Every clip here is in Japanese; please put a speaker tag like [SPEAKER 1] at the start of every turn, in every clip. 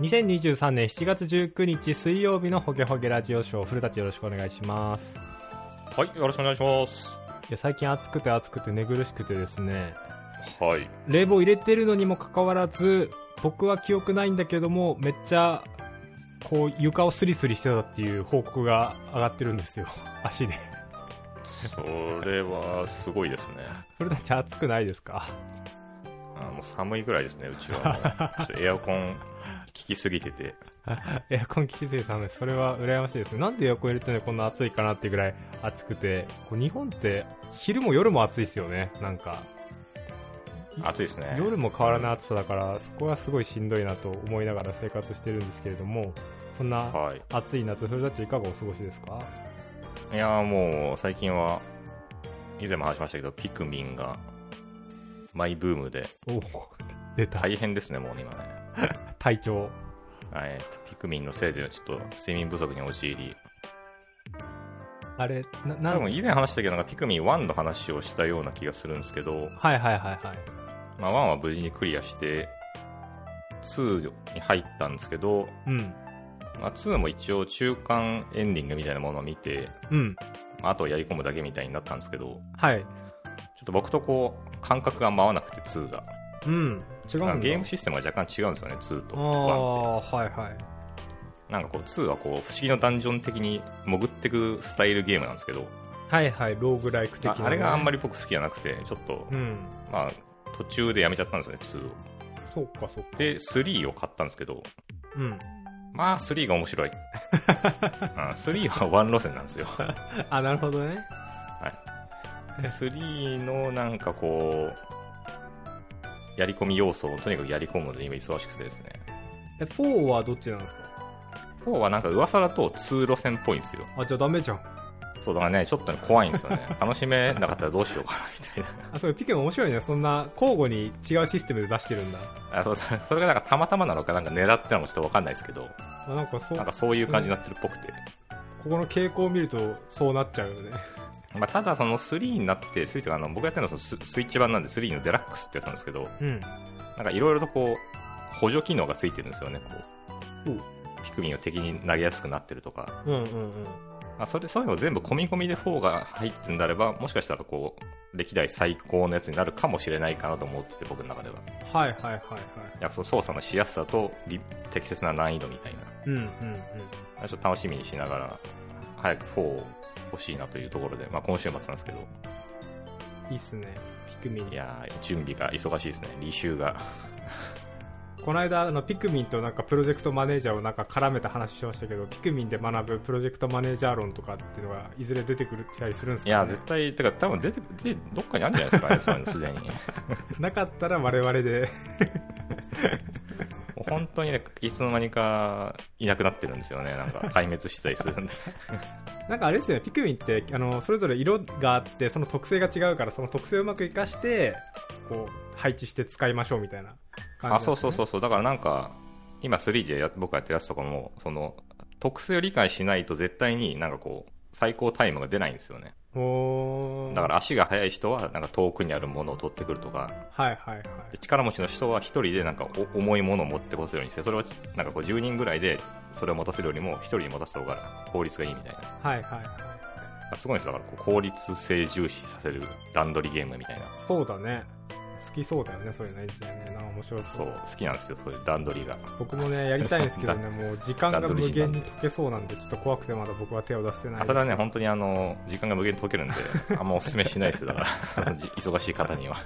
[SPEAKER 1] 2023年7月19日水曜日のホゲホゲラジオショー古舘よろしくお願いします
[SPEAKER 2] はい、よろしくお願いします。
[SPEAKER 1] いや最近暑くて暑くて寝苦しくてですね
[SPEAKER 2] はい。
[SPEAKER 1] 冷房入れてるのにもかかわらず僕は記憶ないんだけどもめっちゃこう床をスリスリしてたっていう報告が上がってるんですよ 足で
[SPEAKER 2] それはすごいですね。
[SPEAKER 1] 古舘暑くないですか
[SPEAKER 2] あもう寒いぐらいですね、うちはもう。ちょっとエアコン効きすぎ てて。
[SPEAKER 1] エアコン規制さんそれは羨ましいですね。なんでエアコン入れてるのにこんな暑いかなっていうぐらい暑くて、こう日本って昼も夜も暑いですよね、なんか。
[SPEAKER 2] 暑いですね。
[SPEAKER 1] 夜も変わらない暑さだから、そこがすごいしんどいなと思いながら生活してるんですけれども、そんな
[SPEAKER 2] は
[SPEAKER 1] 暑い夏、それだといかがお過ごしですか
[SPEAKER 2] い。いやーもう最近は、以前も話しましたけど、ピクミンが、マイブームで、
[SPEAKER 1] おお、 出た。
[SPEAKER 2] 大変ですね、もうね今ね。
[SPEAKER 1] 体調。
[SPEAKER 2] はい。ピクミンのせいで、ちょっと睡眠不足に陥り、
[SPEAKER 1] あれ、な、な
[SPEAKER 2] 多分
[SPEAKER 1] はい
[SPEAKER 2] 以前話したけど、なんかピクミン1の話をしたような気がするんですけど、
[SPEAKER 1] はいはいはい。
[SPEAKER 2] まあ、1は無事にクリアして、2に入ったんですけど、
[SPEAKER 1] うん、
[SPEAKER 2] まあ、2も一応中間エンディングみたいなものを見て、
[SPEAKER 1] うん、
[SPEAKER 2] まあ、あとはやり込むだけみたいになったんですけど、ちょ
[SPEAKER 1] はい。
[SPEAKER 2] っと僕とこう、感覚が合わなくて2が。
[SPEAKER 1] うん、違
[SPEAKER 2] な
[SPEAKER 1] うんんだ。
[SPEAKER 2] かゲームシステムが若干違うんですよね、2と
[SPEAKER 1] あ
[SPEAKER 2] 1っ
[SPEAKER 1] あ、はいはい。
[SPEAKER 2] て。なんかこう、2はこう、不思議のダンジョン的に潜ってくスタイルゲームなんですけど、
[SPEAKER 1] はいはい、ローグライク的
[SPEAKER 2] あ
[SPEAKER 1] な、
[SPEAKER 2] あれがあんま
[SPEAKER 1] り。
[SPEAKER 2] り僕好きじゃなくて、ちょっと、
[SPEAKER 1] うん。
[SPEAKER 2] まあ、途中でやめちゃったんですよね、2
[SPEAKER 1] そ
[SPEAKER 2] を。
[SPEAKER 1] うかそうか。
[SPEAKER 2] で、3を買ったんですけど、
[SPEAKER 1] うん。
[SPEAKER 2] まあ、3が面白い。うん、3はワン路線なんですよ。
[SPEAKER 1] あ、なるほどね。
[SPEAKER 2] 3のなんかこう、やり込み要素をとにかくやり込むので今忙しくてですね。
[SPEAKER 1] え、4はどっちなんですか
[SPEAKER 2] 4はなんか噂だと通路線っぽいんですよ。
[SPEAKER 1] あ、じゃあダメじゃん。
[SPEAKER 2] そうだからね、ちょっとね怖いんですよね。楽しめなかったらどうしようかなみたい
[SPEAKER 1] あ、それピケも面白いね。そんな交互に違うシステムで出してるんだ。
[SPEAKER 2] な。あそうそそれがなんかたまたまなのかなんか狙ってたのもちょっとわかんないですけど、
[SPEAKER 1] あなんかそう、
[SPEAKER 2] なん
[SPEAKER 1] こ
[SPEAKER 2] かそういう感じになってるっぽくて。
[SPEAKER 1] この傾向を見るとそうなっちゃうよね。
[SPEAKER 2] まあ、ただその3になって、3というかあの僕がやってるのはそのススイッチ版なんで3のデラックスってやつなんですけど、
[SPEAKER 1] うん。
[SPEAKER 2] なんかいろいろとこう、補助機能がついてるんですよね、こう。ピクミンを敵に投げやすくなってるとか。
[SPEAKER 1] うんうんうん。
[SPEAKER 2] あそれそういうの全部込み込みで4が入ってるんであればもしかしたらこう歴代最高のやつになるかもしれないかなと思ってて僕の中では
[SPEAKER 1] はいはいはいはい
[SPEAKER 2] やその操作のしやすさとり適切な難易度みたい
[SPEAKER 1] い。うんうんうん。
[SPEAKER 2] なちょっと楽しみにしながら早く4を欲しいなというところで、まあ、今週末なんですけど
[SPEAKER 1] いいっすね。ピクミン
[SPEAKER 2] い。やー準備が忙しいですね履修が
[SPEAKER 1] この間、あの、ピクミンとなんかプロジェクトマネージャーをなんか絡めた話しましたけど、ピクミンで学ぶプロジェクトマネージャー論とかっていうのがいずれ出てくるたりするんですか、
[SPEAKER 2] い
[SPEAKER 1] ね、
[SPEAKER 2] やー絶対てか多分出てでどっかにあるんじゃないですかねそういうのすでにも
[SPEAKER 1] なかったら我々で。
[SPEAKER 2] う本当にねいつの間にかいなくなってるんですよねなんか壊滅したりするんで
[SPEAKER 1] なんかあれですよね、ピクミンって、あの、それぞれ色があって、その特性が違うから、その特性をうまく活かして、こう、配置して使いましょうみたいな感
[SPEAKER 2] あ
[SPEAKER 1] じ。
[SPEAKER 2] そうそうそううそうだからなんか今3でや僕がやってるやつとかもその特性を理解しないと絶対になんかこう最高タイムが出ないんですよね
[SPEAKER 1] おー
[SPEAKER 2] だから、足が速い人はなんか遠くにあるものを取ってくるとか
[SPEAKER 1] はいはいはい。
[SPEAKER 2] で力持ちの人は1人でなんかお重いものを持ってこせるようにしてそれをなんかこう10人ぐらいでそれを持たせるよりも1人に持たせた方が効率がいいみたいなだか
[SPEAKER 1] はいはいはい。
[SPEAKER 2] らすごいんですよだからこう効率性重視させる段取りゲームみたいな
[SPEAKER 1] そうだね。好きそうだよね、そういうの、エンジニアね。なんか面白そう。
[SPEAKER 2] そう好きなんですよそういう段取りが
[SPEAKER 1] 僕もね、やりたいんですけどね、もう時間が
[SPEAKER 2] 段取
[SPEAKER 1] 無
[SPEAKER 2] り
[SPEAKER 1] 限
[SPEAKER 2] 品
[SPEAKER 1] に
[SPEAKER 2] なんで
[SPEAKER 1] 解けそうなんで、ちょっと怖くてまだ僕は手を出せてない。
[SPEAKER 2] あそれはね、本当にあの、時間が無限に解けるんで、あんまおすすめしないですよ、だから。あ のじ忙しい方には。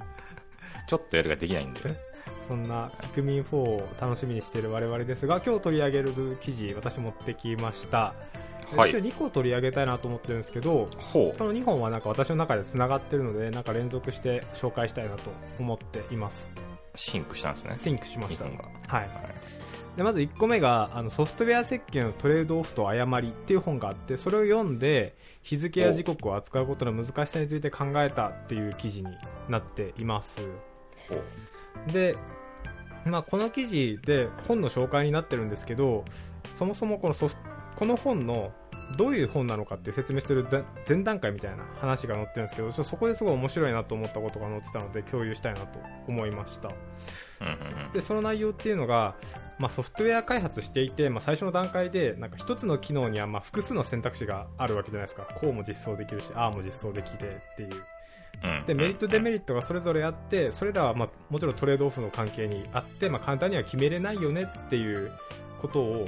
[SPEAKER 2] ちょっとやるができないんで。
[SPEAKER 1] そんなピクミン4を楽しみにしている我々ですが、今日取り上げる記事、私持ってきました。今
[SPEAKER 2] はい。
[SPEAKER 1] 日2個取り上げたいなと思ってるんですけど、
[SPEAKER 2] ほ
[SPEAKER 1] この2本はなんか私の中で繋がってるので、なんか連続して紹介したいなと思っています。
[SPEAKER 2] う。シンクしたんですね。
[SPEAKER 1] シンクしま
[SPEAKER 2] 日
[SPEAKER 1] した。
[SPEAKER 2] 本が。
[SPEAKER 1] はい。で、まず1個目が、あの、ソフトウェア設計のトレードオフと誤りっていう本があって、それを読んで、日付や時刻を扱うことの難しさについて考えたっていう記事になっています。
[SPEAKER 2] ほう。
[SPEAKER 1] で、まあ、この記事で本の紹介になってるんですけどそもそもこのソフこの本のどういう本なのかって説明するだ前段階みたいな話が載ってるんですけどちょそこですごい面白いなと思ったことが載ってたので共有したいなと思いました
[SPEAKER 2] うんうんうん。
[SPEAKER 1] でその内容っていうのが、まあ、ソフトウェア開発していて、まあ、最初の段階でなんか一つの機能にはまあ複数の選択肢があるわけじゃないですかこうも実装できるしああも実装できてっていう
[SPEAKER 2] うん
[SPEAKER 1] でメリットデメ
[SPEAKER 2] リッ
[SPEAKER 1] リットがそれぞれあってそれらはまあもちろんトレードオフの関係にあって、まあ、簡単には決めれないよねっていうことを、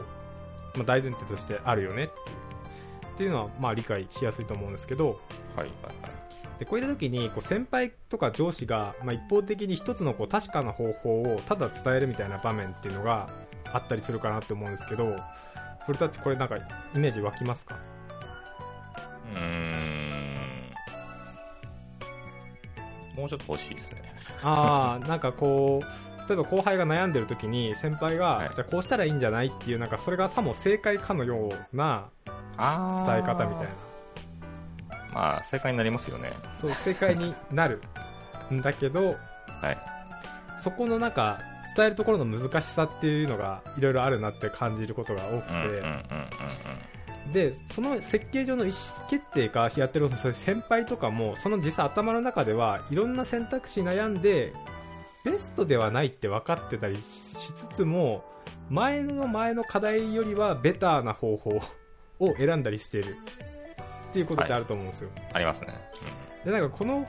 [SPEAKER 1] まあ、大前提としてあるよねっていうっていうのはまあ理解しやすいと思うんですけど
[SPEAKER 2] ト。はいはいはい。
[SPEAKER 1] でこういった時にこう先輩とか上司が、まあ、一方的に一つのこう確かな方法をただ伝えるみたいな場面っていうのがあったりするかなって思うんですけど古舘これなんかイメージ湧き ますか
[SPEAKER 2] うーん。もうちょっと欲しいですね。
[SPEAKER 1] ああなんかこう例えば後輩が悩んでる時に先輩が、
[SPEAKER 2] はい
[SPEAKER 1] じゃあこうしたらいいんじゃないっていうなんかそれがさも正解かのような伝
[SPEAKER 2] あ
[SPEAKER 1] え方みたい
[SPEAKER 2] な。まあ、正解になりますよね。
[SPEAKER 1] なそう正解になるんだけど
[SPEAKER 2] はい。
[SPEAKER 1] そこのなんか伝えるところの難しさっていうのがいろいろあるなって感じることが多くて、
[SPEAKER 2] うんうんうんうんうん。
[SPEAKER 1] でその設計上の意思決定がやってるそれ先輩とかもその実際頭の中ではいろんな選択肢悩んでベストではないって分かってたりしつつも前の前の課題よりはベターな方法を選んだりしてるっていうことってあると思うんですよ、
[SPEAKER 2] ありますね。
[SPEAKER 1] でなんかこの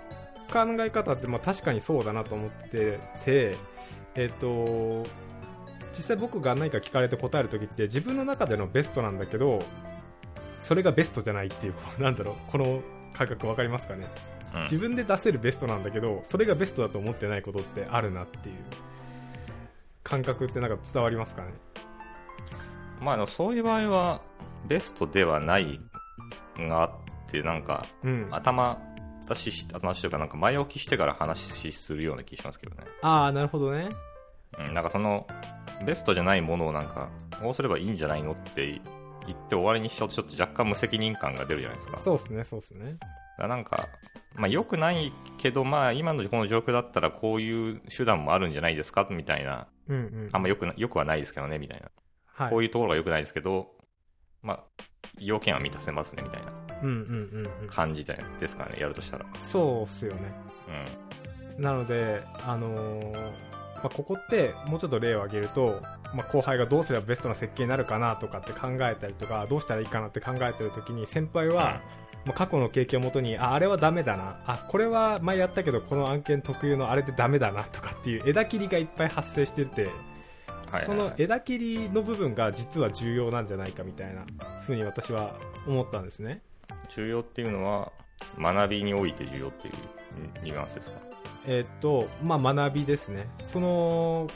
[SPEAKER 1] 考え方ってまあ確かにそうだなと思ってて、えっと実際僕が何か聞かれて答えるときって自分の中でのベストなんだけどそれがベストじゃないっていうこうなんだろうこの感覚わかりますかね
[SPEAKER 2] うん。うん
[SPEAKER 1] 自分で出せるベストなんだけどそれがベストだと思ってないことってあるなっていう感覚ってなんか伝わりますかね
[SPEAKER 2] まあ、あのそういう場合は、ベストではないがあって、なんか、
[SPEAKER 1] うんあ
[SPEAKER 2] 頭出しし、頭出しというか、なんか前置きしてから話しするような気しますけどね。
[SPEAKER 1] あーなるほどね
[SPEAKER 2] うん、なんかその、ベストじゃないものをなんか、こうすればいいんじゃないのって言って終わりにしちゃうと、ちょっと若干無責任感が出るじゃないですか。
[SPEAKER 1] そうっすねそうっすね
[SPEAKER 2] だからなんか、まあ、良くないけど、まあ、今のこの状況だったら、こういう手段もあるんじゃないですかみたいな、
[SPEAKER 1] うんうん
[SPEAKER 2] あんまよくなよくはないですけどね、みたいな。
[SPEAKER 1] はい
[SPEAKER 2] こういうところが良くないですけど、まあ、要件は満たせますね、みたいな
[SPEAKER 1] うんうんうんうん
[SPEAKER 2] 感じだよですからね、やるとしたら。
[SPEAKER 1] そうっすよね
[SPEAKER 2] うん。
[SPEAKER 1] なので、あのーまあ、ここってもうちょっと例を挙げると、まあ、後輩がどうすればベストな設計になるかなとかって考えたりとかどうしたらいいかなって考えてる時に先輩は、まあ、過去の経験をもとにああれはダメだなあこれは前やったけどこの案件特有のあれってダメだなとかっていう枝切りがいっぱい発生してて、
[SPEAKER 2] はいはいはい
[SPEAKER 1] その枝切りの部分が実は重要なんじゃないかみたいな風に私は思ったんですね。
[SPEAKER 2] 重要っていうのは、学びにおいて重要っていうニュアンスですか。
[SPEAKER 1] えーっと、まあ、学びですね。その、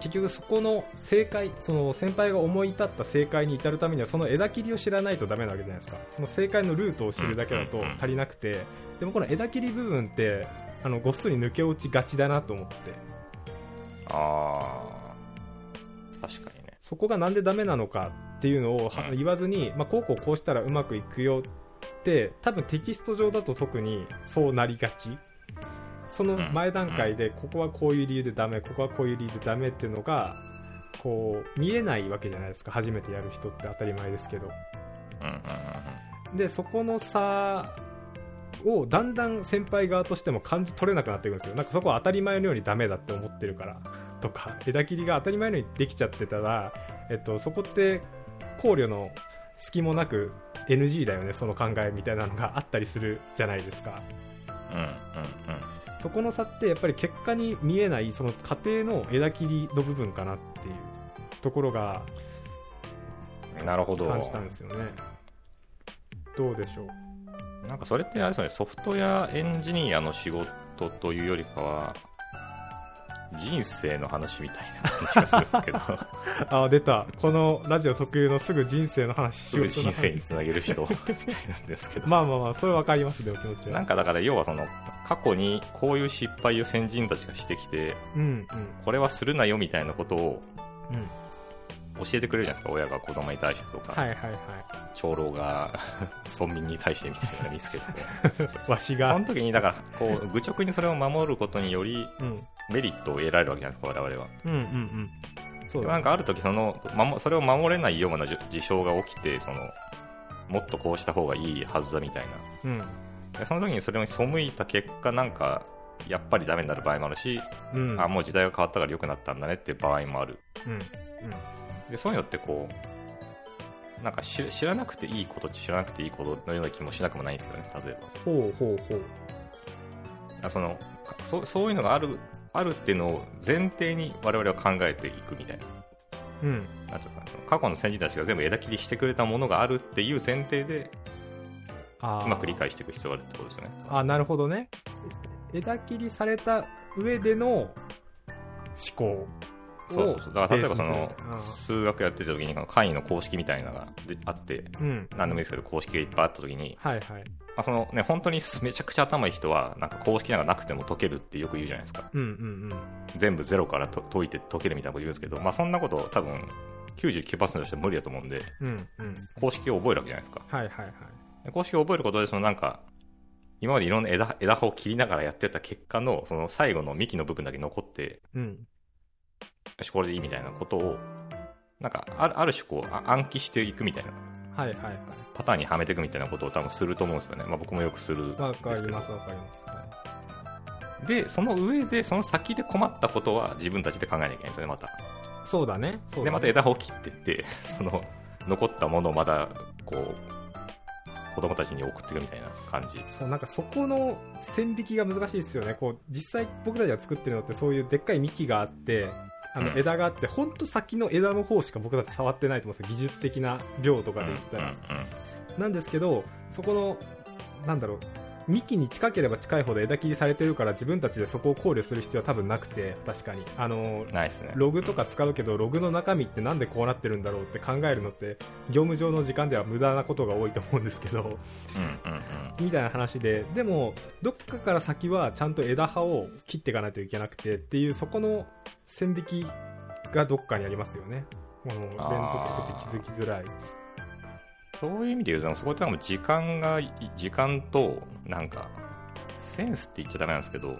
[SPEAKER 1] 結局そこの正解、その先輩が思い立った正解に至るためにはその枝切りを知らないとダメなわけじゃないですか。その正解のルートを知るだけだ
[SPEAKER 2] うん
[SPEAKER 1] と
[SPEAKER 2] うんうん
[SPEAKER 1] 足りなくて、でもこの枝切り部分って、あの、ごっそり抜け落ちがちだなと思って、
[SPEAKER 2] あー、確かにね。
[SPEAKER 1] そこがなんでダメなのかっていうのをは
[SPEAKER 2] うん
[SPEAKER 1] 言わずに、まあ、こうこうこうしたらうまくいくよって、多分テキスト上だと特にそうなりがち。その前段階で、ここはこういう理由でダメ、ここはこういう理由でダメっていうのが、こう、見えないわけじゃないですか。初めてやる人って当たり前ですけど。
[SPEAKER 2] うんうんうん
[SPEAKER 1] で、そこの差をだんだん先輩側としても感じ取れなくなっていくんですよ。なんかそこは当たり前のようにダメだって思ってるから。とか、 枝切りが当たり前のようにできちゃってたら、えっと、そこって考慮の隙もなく NG だよね、その考えみたいなのがあったりするじゃないですか。
[SPEAKER 2] うん。うんうんうん。
[SPEAKER 1] そこの差ってやっぱり結果に見えないその過程の枝切りの部分かなっていうところが
[SPEAKER 2] なるほど。
[SPEAKER 1] 感じたんですよねどうでしょう
[SPEAKER 2] なんかそれってあれですよね、ソフトウェアエンジニアの仕事というよりかは、人生の話みたいな感じがするんで すけど、
[SPEAKER 1] あ出たこのラジオ特有のすぐ人生の話
[SPEAKER 2] すぐ人生に
[SPEAKER 1] に
[SPEAKER 2] つなげる人みたいなんですけど、
[SPEAKER 1] まあまあまあそれ分かりますねお気持ち
[SPEAKER 2] な
[SPEAKER 1] は
[SPEAKER 2] んかだから要はその、過去にこういう失敗を先人たちがしてきて、
[SPEAKER 1] うんうん
[SPEAKER 2] これはするなよみたいなことを
[SPEAKER 1] うん
[SPEAKER 2] 教えてくれるじゃないですか、親が子供に対してとか、
[SPEAKER 1] はいはいはい
[SPEAKER 2] 長老が 村民に対してみたいなの見つけて、
[SPEAKER 1] わし
[SPEAKER 2] そ
[SPEAKER 1] が
[SPEAKER 2] の時にだからこう、愚直にそれを守ることにより、
[SPEAKER 1] うん
[SPEAKER 2] メリットを得られるわけじゃないですか、我々は。
[SPEAKER 1] うんうんうんそう
[SPEAKER 2] でも
[SPEAKER 1] だ
[SPEAKER 2] なんかある時その守それを守れないようなじ事象が起きてそのもっとこうした方がいいはずだみたい
[SPEAKER 1] うん
[SPEAKER 2] なでその時にそれに背いた結果なんかやっぱりダメになる場合もあるし、
[SPEAKER 1] うん
[SPEAKER 2] あもう時代が変わったから良くなったんだねっていう場合もある
[SPEAKER 1] うんうん
[SPEAKER 2] でそういうのってこうなんか知知らなくていいことと知らなくていいことのような気もしなくもないんですよね例え
[SPEAKER 1] ほうほうほう
[SPEAKER 2] ばあそのかそうそういうのがあるあるっていうのを前提に我々は考えていくみたいな
[SPEAKER 1] うん
[SPEAKER 2] なんていうのかなその過去の先人たちが全部枝切りしてくれたものがあるっていう前提で
[SPEAKER 1] あー
[SPEAKER 2] うまく理解していく必要があるってことですよね
[SPEAKER 1] あなるほどね枝切りされた上での思考
[SPEAKER 2] そうそうそうだから例えばその
[SPEAKER 1] ベースに
[SPEAKER 2] 数学やってた時にあの簡易の公式みたいなのがであって
[SPEAKER 1] うん
[SPEAKER 2] 何でもいいですけど公式がいっぱいあった時に、
[SPEAKER 1] はいはい
[SPEAKER 2] まあそのね、本当にめちゃくちゃ頭いい人はなんか公式なんかなくても解けるってよく言うじゃないですか
[SPEAKER 1] うんうん
[SPEAKER 2] 全部ゼロからと解いて解けるみたいなこと言うんですけど、まあ、そんなこと多分99%の人は無理だと思うんで
[SPEAKER 1] うんうんうん
[SPEAKER 2] 公式を覚えるわけじゃないですか
[SPEAKER 1] はいはいはい
[SPEAKER 2] で公式を覚えることでそのなんか今までいろんな枝枝葉を切りながらやってた結果のその最後の幹の部分だけ残って
[SPEAKER 1] うん
[SPEAKER 2] よしこれでいいみたいなことをなんかあるある種こうあ暗記していくみたいな
[SPEAKER 1] はいはいはい
[SPEAKER 2] パターンにはめていくみたいなことを多分すると思うんですよね、まあ、僕もよくするん
[SPEAKER 1] わか
[SPEAKER 2] です
[SPEAKER 1] り
[SPEAKER 2] けど
[SPEAKER 1] ますわかりますは
[SPEAKER 2] でその上でその先で困ったことは自分たちで考えなきゃいけないんですよねまた
[SPEAKER 1] いそうだねそうだね
[SPEAKER 2] でまた枝葉を切っていって その残ったものをまたこう子供たちに送っていくみたいな感じ
[SPEAKER 1] そうなんかそこの線引きが難しいですよねこう実際僕たちが作ってるのってそういうでっかい幹があってあの
[SPEAKER 2] うん
[SPEAKER 1] 枝があって、ほんと先の枝の方しか僕たち触ってないと思うんですよ技術的な量とかで言ったら、
[SPEAKER 2] うんうんうん
[SPEAKER 1] なんですけど、そこの、なんだろう、幹に近ければ近いほど枝切りされてるから自分たちでそこを考慮する必要は多分なくて、確かに。あの、
[SPEAKER 2] ないですね
[SPEAKER 1] ログとか使うけど、ログの中身ってなんでこうなってるんだろうって考えるのって、業務上の時間では無駄なことが多いと思うんですけ ど、
[SPEAKER 2] うんうんうん
[SPEAKER 1] みたいな話で、でも、どっかから先はちゃんと枝葉を切っていかないといけなくてっていう、そこの線引きがどっかにありますよね。この連続してて気づきづらい。
[SPEAKER 2] そういう意味で言うとそこってなんかもう時間がい時間となんかセンスって言っちゃダメなんですけど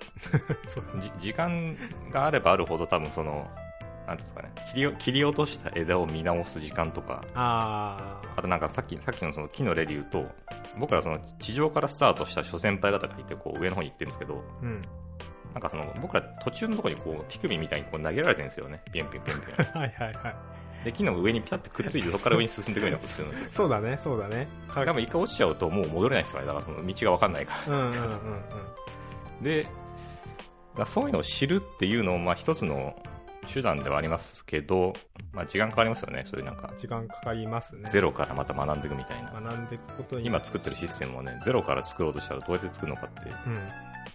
[SPEAKER 1] そう
[SPEAKER 2] じ時間があればあるほど多分そのなんていうんですかね切りお切り落とした枝を見直す時間とか
[SPEAKER 1] あー
[SPEAKER 2] あとなんかさっきさっきのその木の例で言うと僕らその地上からスタートした諸先輩方がいてこう上の方に行ってるんですけど
[SPEAKER 1] うん。
[SPEAKER 2] なんかその僕ら途中のところにこうピクミンみたいにこう投げられてるんですよねピュンピュンピュンピュン
[SPEAKER 1] はいはいはい。
[SPEAKER 2] で木の上にピタッてくっついてそこから上に進んでいくようなことするんですよ
[SPEAKER 1] そうだね、そうだね。は
[SPEAKER 2] 多分一回落ちちゃうともう戻れないですよねだからその道が分かんないから
[SPEAKER 1] うんうんうんうん。
[SPEAKER 2] でだからそういうのを知るっていうのもまあ一つの手段ではありますけど、まあ、時間かかりますよねそういうなんか
[SPEAKER 1] 時間かかりますね。
[SPEAKER 2] ゼロからまた学んでいくみたいな
[SPEAKER 1] 学んでいくことに。
[SPEAKER 2] 今作ってるシステムをねゼロから作ろうとしたらどうやって作るのかって
[SPEAKER 1] うん。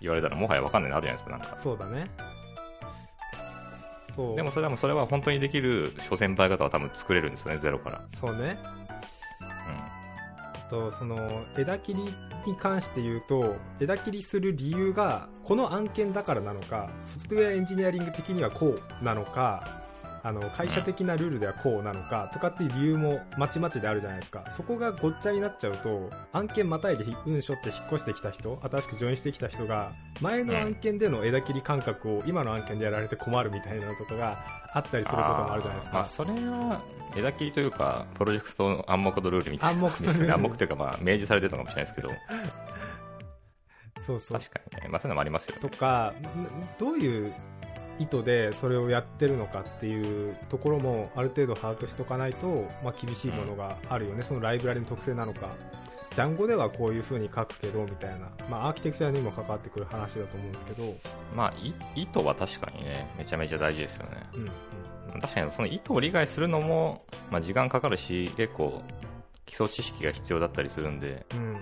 [SPEAKER 2] 言われたらもはや分かんないのあるじゃないですかなんか
[SPEAKER 1] そうだね。そう。
[SPEAKER 2] でもそれはもうそれは本当にできる諸先輩方は多分作れるんですよねゼロから、
[SPEAKER 1] そうね。
[SPEAKER 2] う
[SPEAKER 1] あと、その、枝切りに関して言うと、枝切りする理由が、この案件だからなのか、ソフトウェアエンジニアリング的にはこうなのか、あの会社的なルールではこうなのかとかっていう理由もまちまちであるじゃないですかそこがごっちゃになっちゃうと案件またいでひうんしょって引っ越してきた人新しくジョインしてきた人が前の案件での枝切り感覚を今の案件でやられて困るみたいなとこがあったりすることもあるじゃないです
[SPEAKER 2] まあ、
[SPEAKER 1] か
[SPEAKER 2] それは枝切りというかプロジェクトの暗黙のルールみたいな
[SPEAKER 1] 暗黙
[SPEAKER 2] 感じですよね暗黙というかまあ明示されてるのかもしれないですけど
[SPEAKER 1] そうそう
[SPEAKER 2] 確かにね、まあ、そういうのもありますよね
[SPEAKER 1] とかなどういう意図でそれをやってるのかっていうところもある程度把握しておかないと、まあ、厳しいものがあるよね、そのライブラリの特性なのかジャンゴではこういう風に書くけどみたいな、まあ、アーキテクチャにも関わってくる話だと思うんですけど、
[SPEAKER 2] まあい意図は確かにねめちゃめちゃ大事ですよね
[SPEAKER 1] うんうん
[SPEAKER 2] 確かにその意図を理解するのも、まあ、時間かかるし結構基礎知識が必要だったりするんで
[SPEAKER 1] うん、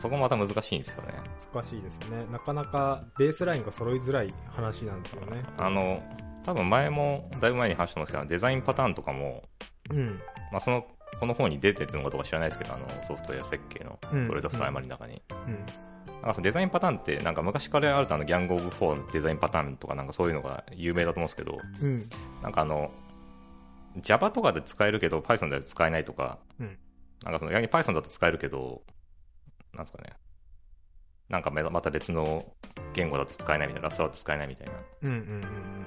[SPEAKER 2] そこもまた難しいんですよね
[SPEAKER 1] 難しいですねなかなかベースラインが揃いづらい話なんですよね
[SPEAKER 2] あの多分前もだいぶ前に話してますけどデザインパターンとかも、
[SPEAKER 1] うん
[SPEAKER 2] まあ、そのこの方に出てるのかどうか知らないですけどあのソフトウェア設計の
[SPEAKER 1] うん
[SPEAKER 2] トレードフライマリーの中に、
[SPEAKER 1] うん
[SPEAKER 2] なんかそのデザインパターンってなんか昔からあるとあのギャング・オブ・フォーのデザインパターンとかなんかそういうのが有名だと思うんですけど
[SPEAKER 1] うん
[SPEAKER 2] なんかあの Java とかで使えるけど Python では使えないとか、
[SPEAKER 1] うん
[SPEAKER 2] なんかその逆に Python だと使えるけどなんですかねなんかまたまた別の言語だと使えないみたいなラストだと使えないみたいなっ
[SPEAKER 1] うんうんうん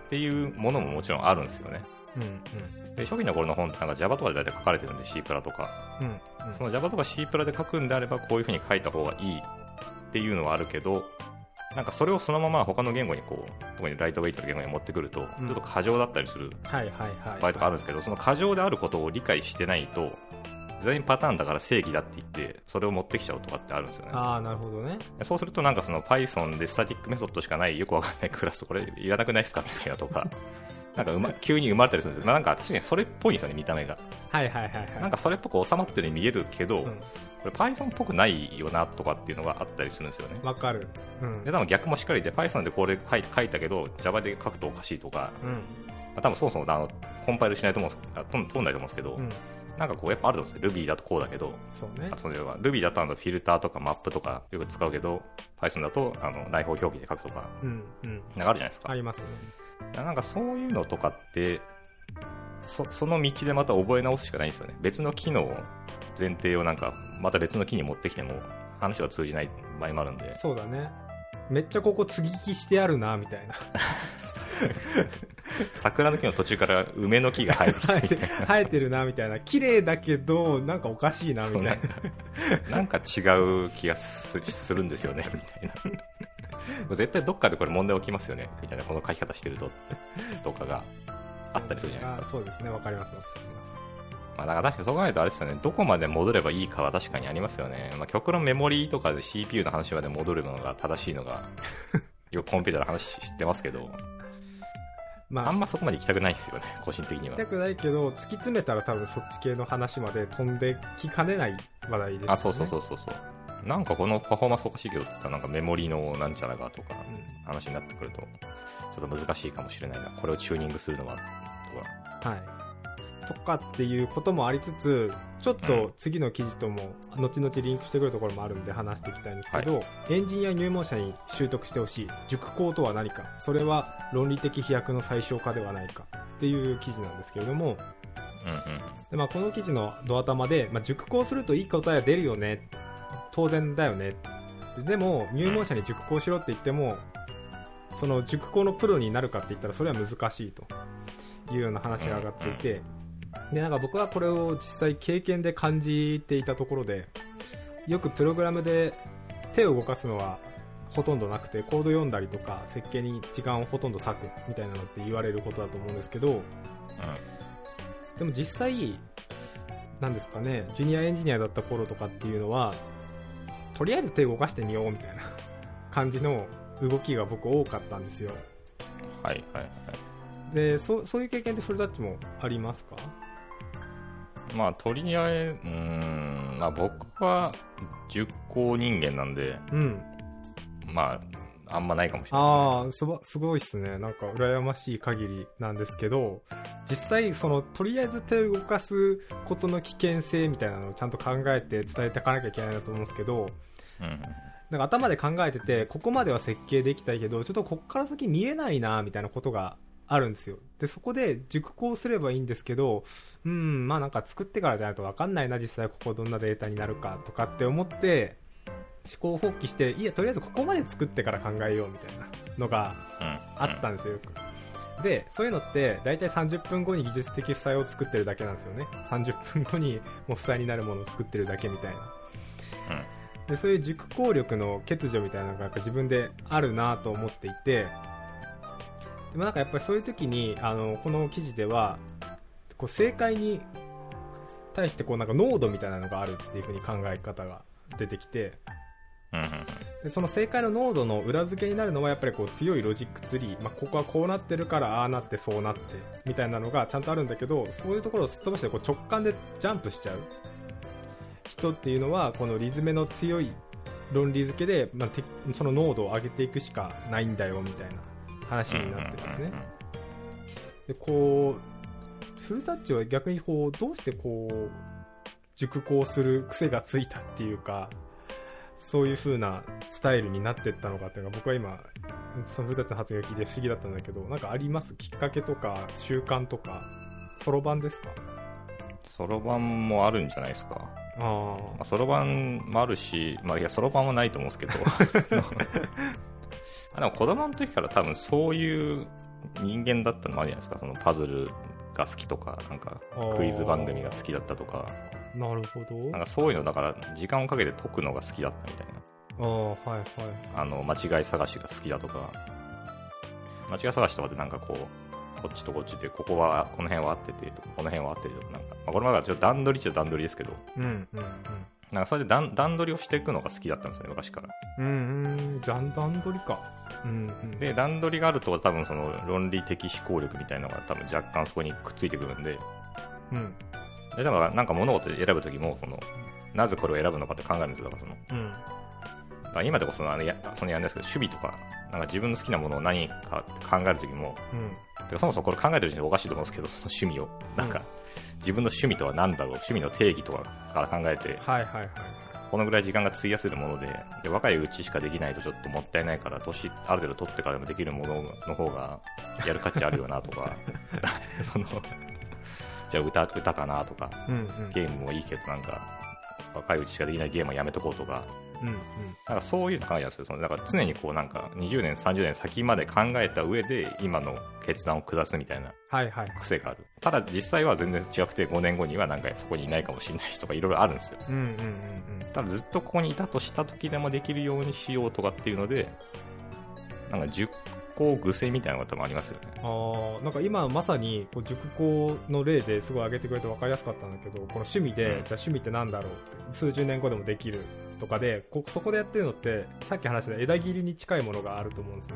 [SPEAKER 2] ていうものももちろんあるんですよね
[SPEAKER 1] うんうん
[SPEAKER 2] で初期の頃の本ってなんか Java とかで大体書かれてるんで C プラとか
[SPEAKER 1] うんうん
[SPEAKER 2] その Java とか C プラで書くんであればこういうふうに書いた方がいいっていうのはあるけどなんかそれをそのまま他の言語にこう特にライトウェイトの言語に持ってくると、
[SPEAKER 1] うん
[SPEAKER 2] ちょっと過剰だったりする
[SPEAKER 1] はいはいはい
[SPEAKER 2] 場合とかあるんですけど、その過剰であることを理解してないと全員パターンだから正義だって言ってそれを持ってきちゃうとかってあるんですよね
[SPEAKER 1] ああなるほどね
[SPEAKER 2] そうするとなんかその Python でスタティックメソッドしかないよくわかんないクラスこれいらなくないですかみたいなとか なんかうま急に生まれたりするんですよなんか確かにそれっぽいんですよね見た目が
[SPEAKER 1] はいはいはいはい
[SPEAKER 2] なんかそれっぽく収まってるように見えるけど、
[SPEAKER 1] うん
[SPEAKER 2] これ Python っぽくないよなとかっていうのがあったりするんですよね
[SPEAKER 1] わかるうん
[SPEAKER 2] で多分逆もしっかりで Python でこれ書い書いたけど Java で書くとおかしいとか、
[SPEAKER 1] うん
[SPEAKER 2] まあ、多分そもそもあのコンパイルしないと思うんですあ通ん通んないと思うんですけど、
[SPEAKER 1] うん
[SPEAKER 2] なんかこうやっぱあると思うんですよ Ruby だとこうだけど
[SPEAKER 1] そうね
[SPEAKER 2] あそれは Ruby だとあのフィルターとかマップとかよく使うけど Python だとあの内包表記で書くとか
[SPEAKER 1] うんうん
[SPEAKER 2] なんかあるじゃないですか、
[SPEAKER 1] ありますね
[SPEAKER 2] なんかそういうのとかってそその道でまた覚え直すしかないんですよね別の機能前提をなんかまた別の機に持ってきても話は通じない場合もあるんで
[SPEAKER 1] そうだねめっちゃここ継ぎ木してあるなみた いな
[SPEAKER 2] 桜の木の途中から梅の木が生えて
[SPEAKER 1] 生えて
[SPEAKER 2] きてみたいな
[SPEAKER 1] 生えてるなみたいな綺麗だけどなんかおかしいなみ
[SPEAKER 2] そう
[SPEAKER 1] た
[SPEAKER 2] ないんかなんか違う気がすするんですよねみたいな 絶対どっかでこれ問題起きますよねみたいなこの書き方してるととかが
[SPEAKER 1] な
[SPEAKER 2] あったりするじゃないで
[SPEAKER 1] あ
[SPEAKER 2] すか、
[SPEAKER 1] そうですねわかりますわかります
[SPEAKER 2] まあ、だから確かにそう考えるとあれですよねどこまで戻ればいいかは確かにありますよね、まあ、極論メモリーとかで CPU の話まで戻るのが正しいのがよくコンピューターの話知ってますけど
[SPEAKER 1] ま
[SPEAKER 2] あ
[SPEAKER 1] あ
[SPEAKER 2] んまそこまで行きたくないですよね個人的には
[SPEAKER 1] 行きたくないけど突き詰めたら多分そっち系の話まで飛んできかねない話題ですよね
[SPEAKER 2] あそうそうそうそうそうなんかこのパフォーマンスおかしいけどって言ったらなんかメモリーのなんちゃらがと
[SPEAKER 1] う
[SPEAKER 2] か
[SPEAKER 1] ん
[SPEAKER 2] 話になってくると、ちょっと難しいかもしれないな、これをチューニングするのは、とか、
[SPEAKER 1] はい、とかっていうこともありつつちょっ
[SPEAKER 2] うん
[SPEAKER 1] と次の記事とも後々リンクしてくるところもあるんで話していきたいんですけど、エンジニア入門者に習得してほしい熟考とは何かそれは論理的飛躍の最小化ではないかっていう記事なんですけれども
[SPEAKER 2] うんうん、
[SPEAKER 1] で、まあ、この記事のドア玉で、まあ、熟考するといい答えは出るよね当然だよねででも入門者に熟考しろって言っても、その熟考のプロになるかって言ったらそれは難しいというような話が上がっていて、でなんか僕はこれを実際経験で感じていたところでよくプログラムで手を動かすのはほとんどなくてコード読んだりとか設計に時間をほとんど割くみたいなのって言われることだと思うんですけど、でも実際、なんですかね、ジュニアエンジニアだった頃とかっていうのは、とりあえず手動かしてみようみたいな 感じの動きが僕多かったんですよ。
[SPEAKER 2] はいはいは
[SPEAKER 1] で、そそういう経験ってフルタッチもありますか
[SPEAKER 2] い。まあ、とりあえず、うーん、まあ僕は、熟考人間なんで、
[SPEAKER 1] うん。
[SPEAKER 2] まあ、あんまないかもしれない
[SPEAKER 1] ああ、すば、すごいっすね。なんか羨ましい限りなんですけど、実際その、とりあえず手を動かすことの危険性みたいなのをちゃんと考えて伝えていかなきゃいけないなと思うんですけど、
[SPEAKER 2] ですね。
[SPEAKER 1] なんか頭で考えてて、ここまでは設計できたけど、ちょっとこっから先見えないな、みたいなことがあるんですよ。で、そこで熟考すればいいんですけど、うん、まあなんか作ってからじゃないとわかんないな、実際ここどんなデータになるか、とかって思って、思考を放棄して、いや、とりあえずここまで作ってから考えよう、みたいなのが
[SPEAKER 2] うん。うん。
[SPEAKER 1] あったんですよ、よく。で、そういうのって、だいたい30分後に技術的負債を作ってるだけなんですよね。30分後にもう負債になるものを作ってるだけみたいな。でそういう熟考力の欠如みたいなのがやっぱ自分であるなと思っていてでもなんかやっぱりそういう時にあのこの記事ではこう正解に対してこうなんか濃度みたいなのがあるっていう風に考え方が出てきて
[SPEAKER 2] うん。うん。うん。うん
[SPEAKER 1] でその正解の濃度の裏付けになるのはやっぱりこう強いロジックツリー、まあ、ここはこうなってるからああなってそうなってみたいなのがちゃんとあるんだけどそういうところをすっ飛ばしてこう直感でジャンプしちゃう人っていうのはこのリズメの強い論理付けで、まあ、てその濃度を上げていくしかないんだよみたいな話になってますね。でこうフルタッチは逆にこうどうしてこう熟考する癖がついたっていうかそういう風なスタイルになってったのかっていうのが僕は今そのフルタッチの発言を聞いて不思議だったんだけどなんかありますきっかけとか習慣とかそろばんですか
[SPEAKER 2] そろばんもあるんじゃないですか。
[SPEAKER 1] あ
[SPEAKER 2] まあそろばんもあるし、まあ、いや、そろばんはないと思うんです けど、あでも子供の時から多分そういう人間だったのもあるじゃないですか、そのパズルが好きとか、なんか
[SPEAKER 1] あー
[SPEAKER 2] クイズ番組が好きだったとか、
[SPEAKER 1] あなるほど
[SPEAKER 2] なんかそういうの、だから時間をかけて解くのが好きだったみたいな。
[SPEAKER 1] ああ、はいはい。
[SPEAKER 2] あの間違い探しが好きだとか間違い探しとかってなんかこうこっちとこっちでここはこの辺は合っててとかこの辺は合っててとかなんか、まあ、これまではちょっと段取りっちゃ段取りですけど
[SPEAKER 1] うんうん
[SPEAKER 2] なんかそれで段段取りをしていくのが好きだったんですよね昔から
[SPEAKER 1] うん。うんうん、じゃん段取りか。うんうん。
[SPEAKER 2] で段取りがあると多分その論理的思考力みたいなのが多分若干そこにくっついてくるんで
[SPEAKER 1] うん
[SPEAKER 2] でだからなんか物事を選ぶ時もそのなぜこれを選ぶのかって考えるんですよだからその
[SPEAKER 1] うん。
[SPEAKER 2] だから今でこそあれやそのやんないですけど守備とかなんか自分の好きなものを何かって考える時も
[SPEAKER 1] うん。
[SPEAKER 2] てかそもそもこれ考えてる時点でおかしいと思うんですけどその趣味をなんか、自分の趣味とは何だろう趣味の定義とかから考えて
[SPEAKER 1] はいはいはい。
[SPEAKER 2] このぐらい時間が費やせるものでで若いうちしかできないとちょっともったいないから年ある程度取ってからでもできるものの方がやる価値あるよなとかそのじゃあ歌歌かなとか
[SPEAKER 1] うんうん。
[SPEAKER 2] ゲームもいいけどなんか若いうちしかできないゲームはやめとこうとか
[SPEAKER 1] うんうん。
[SPEAKER 2] なんかそういうの考えたんですよそのだから常にこうなんか20年30年先まで考えた上で今の決断を下すみたいな
[SPEAKER 1] はいはい。
[SPEAKER 2] 癖があるただ実際は全然違くて5年後にはなんかそこにいないかもしれないしとかいろいろあるんですよ
[SPEAKER 1] うんうんうん
[SPEAKER 2] ただずっとここにいたとした時でもできるようにしようとかっていうのでなんか10個癖みたいなのが多分ありますよね
[SPEAKER 1] うん。ああ、なんか今まさに、こう、熟考の例ですごい上げてくれて分かりやすかったんだけど、この趣味で、
[SPEAKER 2] うん
[SPEAKER 1] じゃあ趣味ってなんだろうって、数十年後でもできるとかで、こそこでやってるのって、さっき話した枝切りに近いものがあると思うんですね。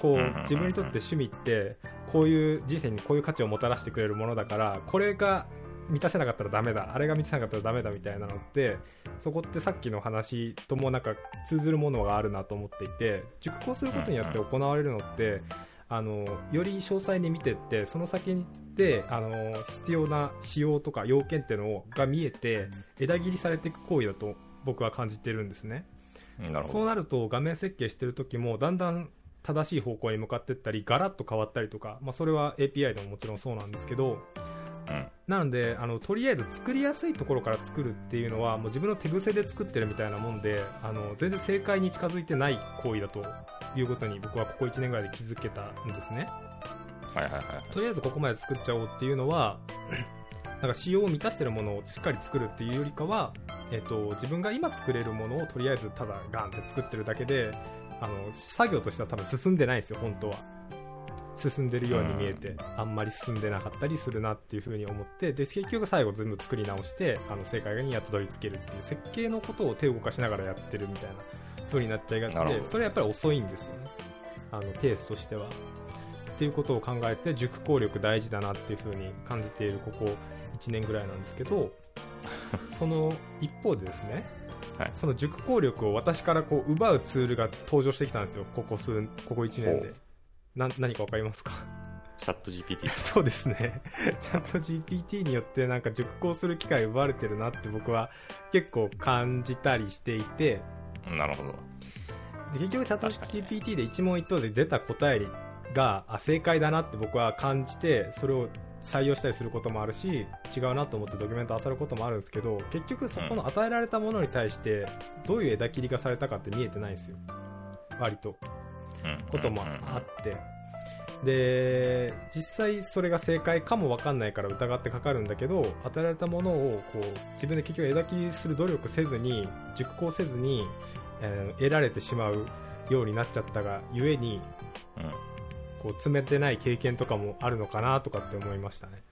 [SPEAKER 1] こ
[SPEAKER 2] うんうんうんう
[SPEAKER 1] う、
[SPEAKER 2] ん
[SPEAKER 1] 自分にとって趣味って、こういう人生にこういう価値をもたらしてくれるものだから、これが満たせなかったらダメだ、あれが満たせなかったらダメだみたいなのって、そこってさっきの話ともなんか通ずるものがあるなと思っていて熟考することによって行われるのってあのより詳細に見てってその先であの必要な仕様とか要件っていうのをが見えて枝切りされていく行為だと僕は感じてるんですね
[SPEAKER 2] うんなるほ
[SPEAKER 1] そうなると画面設計してる時もだんだん正しい方向に向かってったりガラッと変わったりとか、まあ、それは API でももちろんそうなんですけど
[SPEAKER 2] ど、うん
[SPEAKER 1] なのであのとりあえず作りやすいところから作るっていうのはもう自分の手癖で作ってるみたいなもんであの全然正解に近づいてない行為だということに僕はここ1年ぐらいで気づけたんですね
[SPEAKER 2] はいはいはい
[SPEAKER 1] とりあえずここまで作っちゃおうっていうのは なんか仕様を満たしてるものをしっかり作るっていうよりかは、えっと自分が今作れるものをとりあえずただガンって作ってるだけであの作業としては多分進んでないんですよ本当は進んでるように見えて、あんまり進んでなかったりするなっていう風に思ってで結局最後全部作り直してあの正解にやっとどり着けるっていう設計のことを手を動かしながらやってるみたいな風になっちゃいがち
[SPEAKER 2] なる
[SPEAKER 1] で
[SPEAKER 2] ほど
[SPEAKER 1] それはやっぱり遅いんですよねあのペースとしてはっていうことを考えて熟考力大事だなっていう風に感じているここ1年ぐらいなんですけ どその一方でですね、
[SPEAKER 2] はい
[SPEAKER 1] その熟考力を私からこう奪うツールが登場してきたんですよここ数ここ1年
[SPEAKER 2] ほ
[SPEAKER 1] で
[SPEAKER 2] う
[SPEAKER 1] な何か分かりますか
[SPEAKER 2] チャット GPT
[SPEAKER 1] そうですね ちゃんと GPT によってなんか熟考する機会奪われてるなって僕は結構感じたりしていて
[SPEAKER 2] うんなるほど
[SPEAKER 1] で結局チャット
[SPEAKER 2] 確かにね
[SPEAKER 1] GPT で一問一答で出た答えがあ正解だなって僕は感じてそれを採用したりすることもあるし違うなと思ってドキュメント漁ることもあるんですけど結局そこの与えられたものに対してどういう枝切りがされたかって見えてないんですよ割と
[SPEAKER 2] うん
[SPEAKER 1] こともあってで実際それが正解かも分かんないから疑ってかかるんだけど与えられたものをこう自分で結局枝切りする努力せずに熟考せずに、えー得られてしまうようになっちゃったがゆえに
[SPEAKER 2] うんうん
[SPEAKER 1] こう詰めてない経験とかもあるのかなとかって思いましたね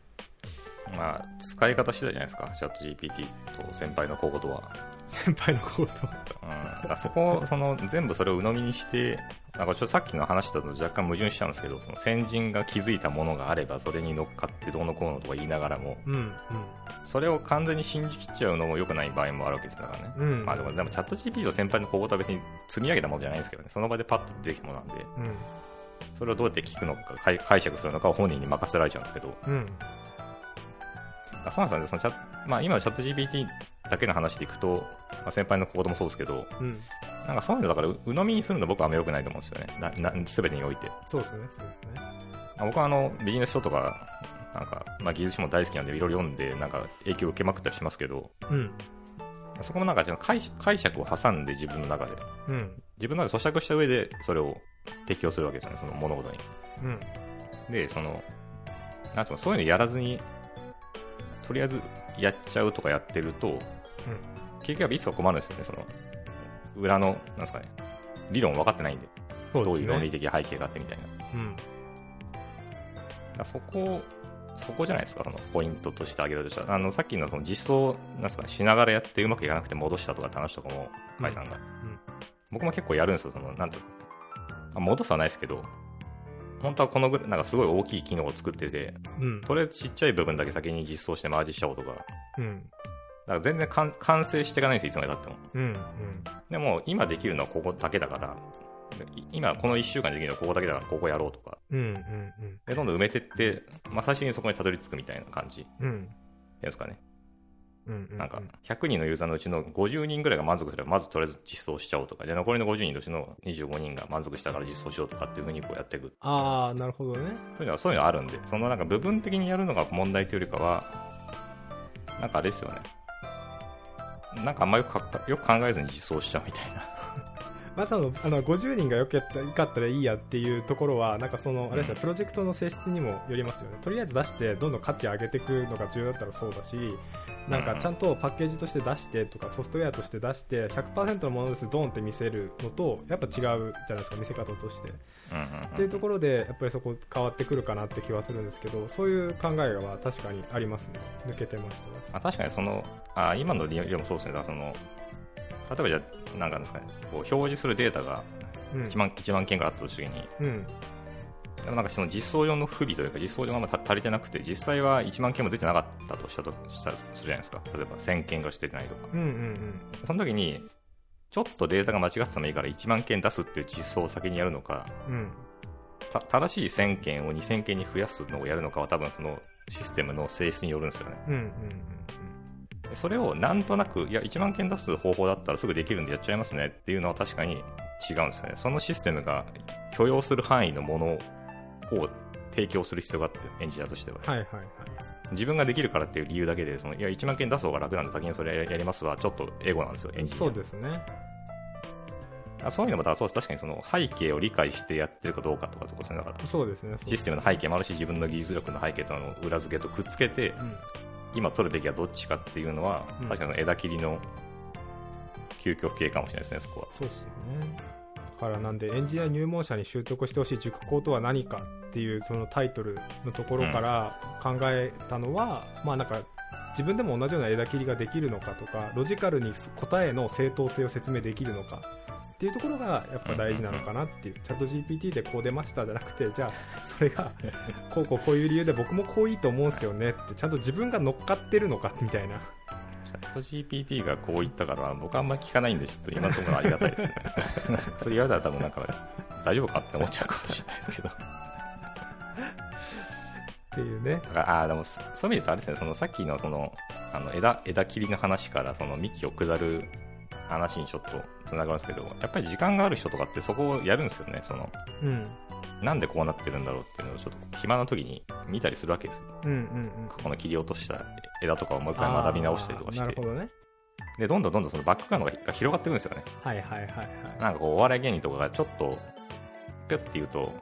[SPEAKER 2] まあ使い方次第じゃないですかチャット GPT と先輩の小言は
[SPEAKER 1] 先輩の行動
[SPEAKER 2] うんだからそこその全部それを鵜呑みにしてなんかちょっとさっきの話だと若干矛盾しちゃうんですけどその先人が気づいたものがあればそれに乗っかってどうのこうのとか言いながらも
[SPEAKER 1] うん
[SPEAKER 2] それを完全に信じきっちゃうのも良くない場合もあるわけですからね、
[SPEAKER 1] うんうん
[SPEAKER 2] まあ、でもでもチャット GPT と先輩の小言は別に積み上げたものじゃないんですけどねその場でパッと出てきたものなんで
[SPEAKER 1] うん
[SPEAKER 2] それをどうやって聞くのか解解釈するのかを本人に任せられちゃうんですけど
[SPEAKER 1] うん
[SPEAKER 2] あそうなんですよねそのチャ、まあ、今のチャット GPT だけの話でいくと、まあ、先輩の小言もそうですけど
[SPEAKER 1] うん
[SPEAKER 2] なんかそういうのだからう鵜呑みにするの僕はあんま良くないと思うんですよねなな全てにおいて
[SPEAKER 1] そうですねそうですね
[SPEAKER 2] あ僕はあのビジネス書とかなんか、まあ、技術書も大好きなんでいろいろ読んでなんか影響を受けまくったりしますけど
[SPEAKER 1] うん
[SPEAKER 2] そこもなんか解解釈を挟んで自分の中で
[SPEAKER 1] うん
[SPEAKER 2] 自分の中で咀嚼した上でそれを適用するわけですよねその物事に
[SPEAKER 1] うん
[SPEAKER 2] でそのなんつうのそういうのやらずにとりあえずやっちゃうとかやってると、結局はいつか困るんですよねその裏の、なんですかね、理論分かってないんで、
[SPEAKER 1] そう
[SPEAKER 2] どう
[SPEAKER 1] で
[SPEAKER 2] い
[SPEAKER 1] す
[SPEAKER 2] う論
[SPEAKER 1] ね
[SPEAKER 2] 理的背景があってみたいな。
[SPEAKER 1] うん
[SPEAKER 2] だからそこ、そこじゃないですか、そのポイントとして挙げるとしたら、あのさっきのその実装なんすか、ね、しながらやってうまくいかなくて戻したとかって話とかも、甲斐さんが、
[SPEAKER 1] うん
[SPEAKER 2] 僕も結構やるんですよ、そのなんていうんですかねあ戻すはないですけど、本当はこのぐらい、なんかすごい大きい機能を作ってて、
[SPEAKER 1] うん
[SPEAKER 2] とりあえずちっちゃい部分だけ先に実装してマージしちゃおうとか、だか
[SPEAKER 1] うん
[SPEAKER 2] ら全然完完成していかないんですよ、いつまでたっても。
[SPEAKER 1] うんうん
[SPEAKER 2] でも、今できるのはここだけだから、い今この1週間できるのはここだけだから、ここやろうとか、
[SPEAKER 1] うんうん
[SPEAKER 2] でどんどん埋めてって、まあ、最終的にそこにたどり着くみたいな感じ
[SPEAKER 1] うんうん
[SPEAKER 2] ですかね。
[SPEAKER 1] うんう
[SPEAKER 2] なんか、100人のユーザーのうちの50人ぐらいが満足すれば、まずとりあえず実装しちゃおうとか、じゃあ残りの50人のうちの25人が満足したから実装しようとかっていうふうにこうやっていく。
[SPEAKER 1] ああなるほどね
[SPEAKER 2] そういうのは、そういうのはあるんで、そのなんか部分的にやるのが問題というよりかは、なんかあれですよね。なんかあんまよくかよく考えずに実装しちゃうみたいな。
[SPEAKER 1] まあ、そのあの50人がよけったよかったらいいやっていうところはなんかそのあれですねプロジェクトの性質にもよりますよねとりあえず出してどんどん価値上げていくのが重要だったらそうだしなんかちゃんとパッケージとして出してとかソフトウェアとして出して100%のものですドーンって見せるのとやっぱ違うじゃないですか見せ方として
[SPEAKER 2] うんうんうん
[SPEAKER 1] っていうところでやっぱりそこ変わってくるかなって気はするんですけどそういう考えは確かにありますね抜けてました
[SPEAKER 2] まあ、確かにそのあ今の理由もそうですね、だからその例えばじゃあなんかですか、ね、こう表示するデータが
[SPEAKER 1] うん
[SPEAKER 2] 1万,、1万件ぐらいあったときに、
[SPEAKER 1] うん
[SPEAKER 2] でもなんかその実装用の不備というか、実装用がまだ足りてなくて、実際は1万件も出てなかったとしたとしたらするじゃないですか、例えば1000件ぐらいしか出てないとか、
[SPEAKER 1] うんうん
[SPEAKER 2] その時に、ちょっとデータが間違っててもいいから、1万件出すっていう実装を先にやるのか、
[SPEAKER 1] うんうん
[SPEAKER 2] た正しい1000件を2000件に増やすのをやるのかは、多分そのシステムの性質によるんですよね。
[SPEAKER 1] うんうんうん
[SPEAKER 2] それをなんとなく、いや、1万件出す方法だったらすぐできるんでやっちゃいますねっていうのは確かに違うんですよね。そのシステムが許容する範囲のものを提供する必要があって、エンジニアとしては。
[SPEAKER 1] はいはいはい
[SPEAKER 2] 自分ができるからっていう理由だけで、そのいや、1万件出す方が楽なんで先にそれやりますは、ちょっとエゴなんですよ、エンジニア。
[SPEAKER 1] そうですね
[SPEAKER 2] あそういうのも、だからそうです確かにその背景を理解してやってるかどうかとかとか、そのだから、
[SPEAKER 1] そうですねそう
[SPEAKER 2] システムの背景もあるし、自分の技術力の背景との裏付けとくっつけて、
[SPEAKER 1] うん
[SPEAKER 2] 今取るべきはどっちかっていうのは、
[SPEAKER 1] うん
[SPEAKER 2] 確かに枝切りの究極系かもしれないですね、そこは。
[SPEAKER 1] そうっすよねだからなんでエンジニア入門者に習得してほしい塾講とは何かっていうそのタイトルのところから考えたのは、まあなんか自分でも同じような枝切りができるのかとかロジカルに答えの正当性を説明できるのかっていうところがやっぱ大事なのかなっていう、チャット GPT でこう出ましたじゃなくてじゃあそれ がこうこうこういう理由で僕もこういいと思うんですよねってちゃんと自分が乗っかってるのかみたいな
[SPEAKER 2] チャット GPT がこう言ったから、僕あんま聞かないんで、ちょっと今のところありがたいですね。 それ言われたら多分なんか、大丈夫かって思っちゃうかもしれないですけど。だか
[SPEAKER 1] っていうね
[SPEAKER 2] らああー、でもそそういう意味で言うとあれですね、そのさっきのその、あの枝、枝切りの話から、その幹を下る話にちょっとつながるんですけど、やっぱり時間がある人とかってそこをやるんですよね、その、
[SPEAKER 1] うん
[SPEAKER 2] なんでこうなってるんだろうっていうのをちょっと暇な時に見たりするわけですよ。
[SPEAKER 1] うんうんうん
[SPEAKER 2] この切り落とした枝とかをもう一回学び直したりとかし
[SPEAKER 1] あーな
[SPEAKER 2] て
[SPEAKER 1] るほどね
[SPEAKER 2] でどんどんどんどんそのバックグラウンドが広がってくるんですよね
[SPEAKER 1] はいはいはいはい
[SPEAKER 2] なんかこうお笑い芸人とかがちょっとピュッて言うと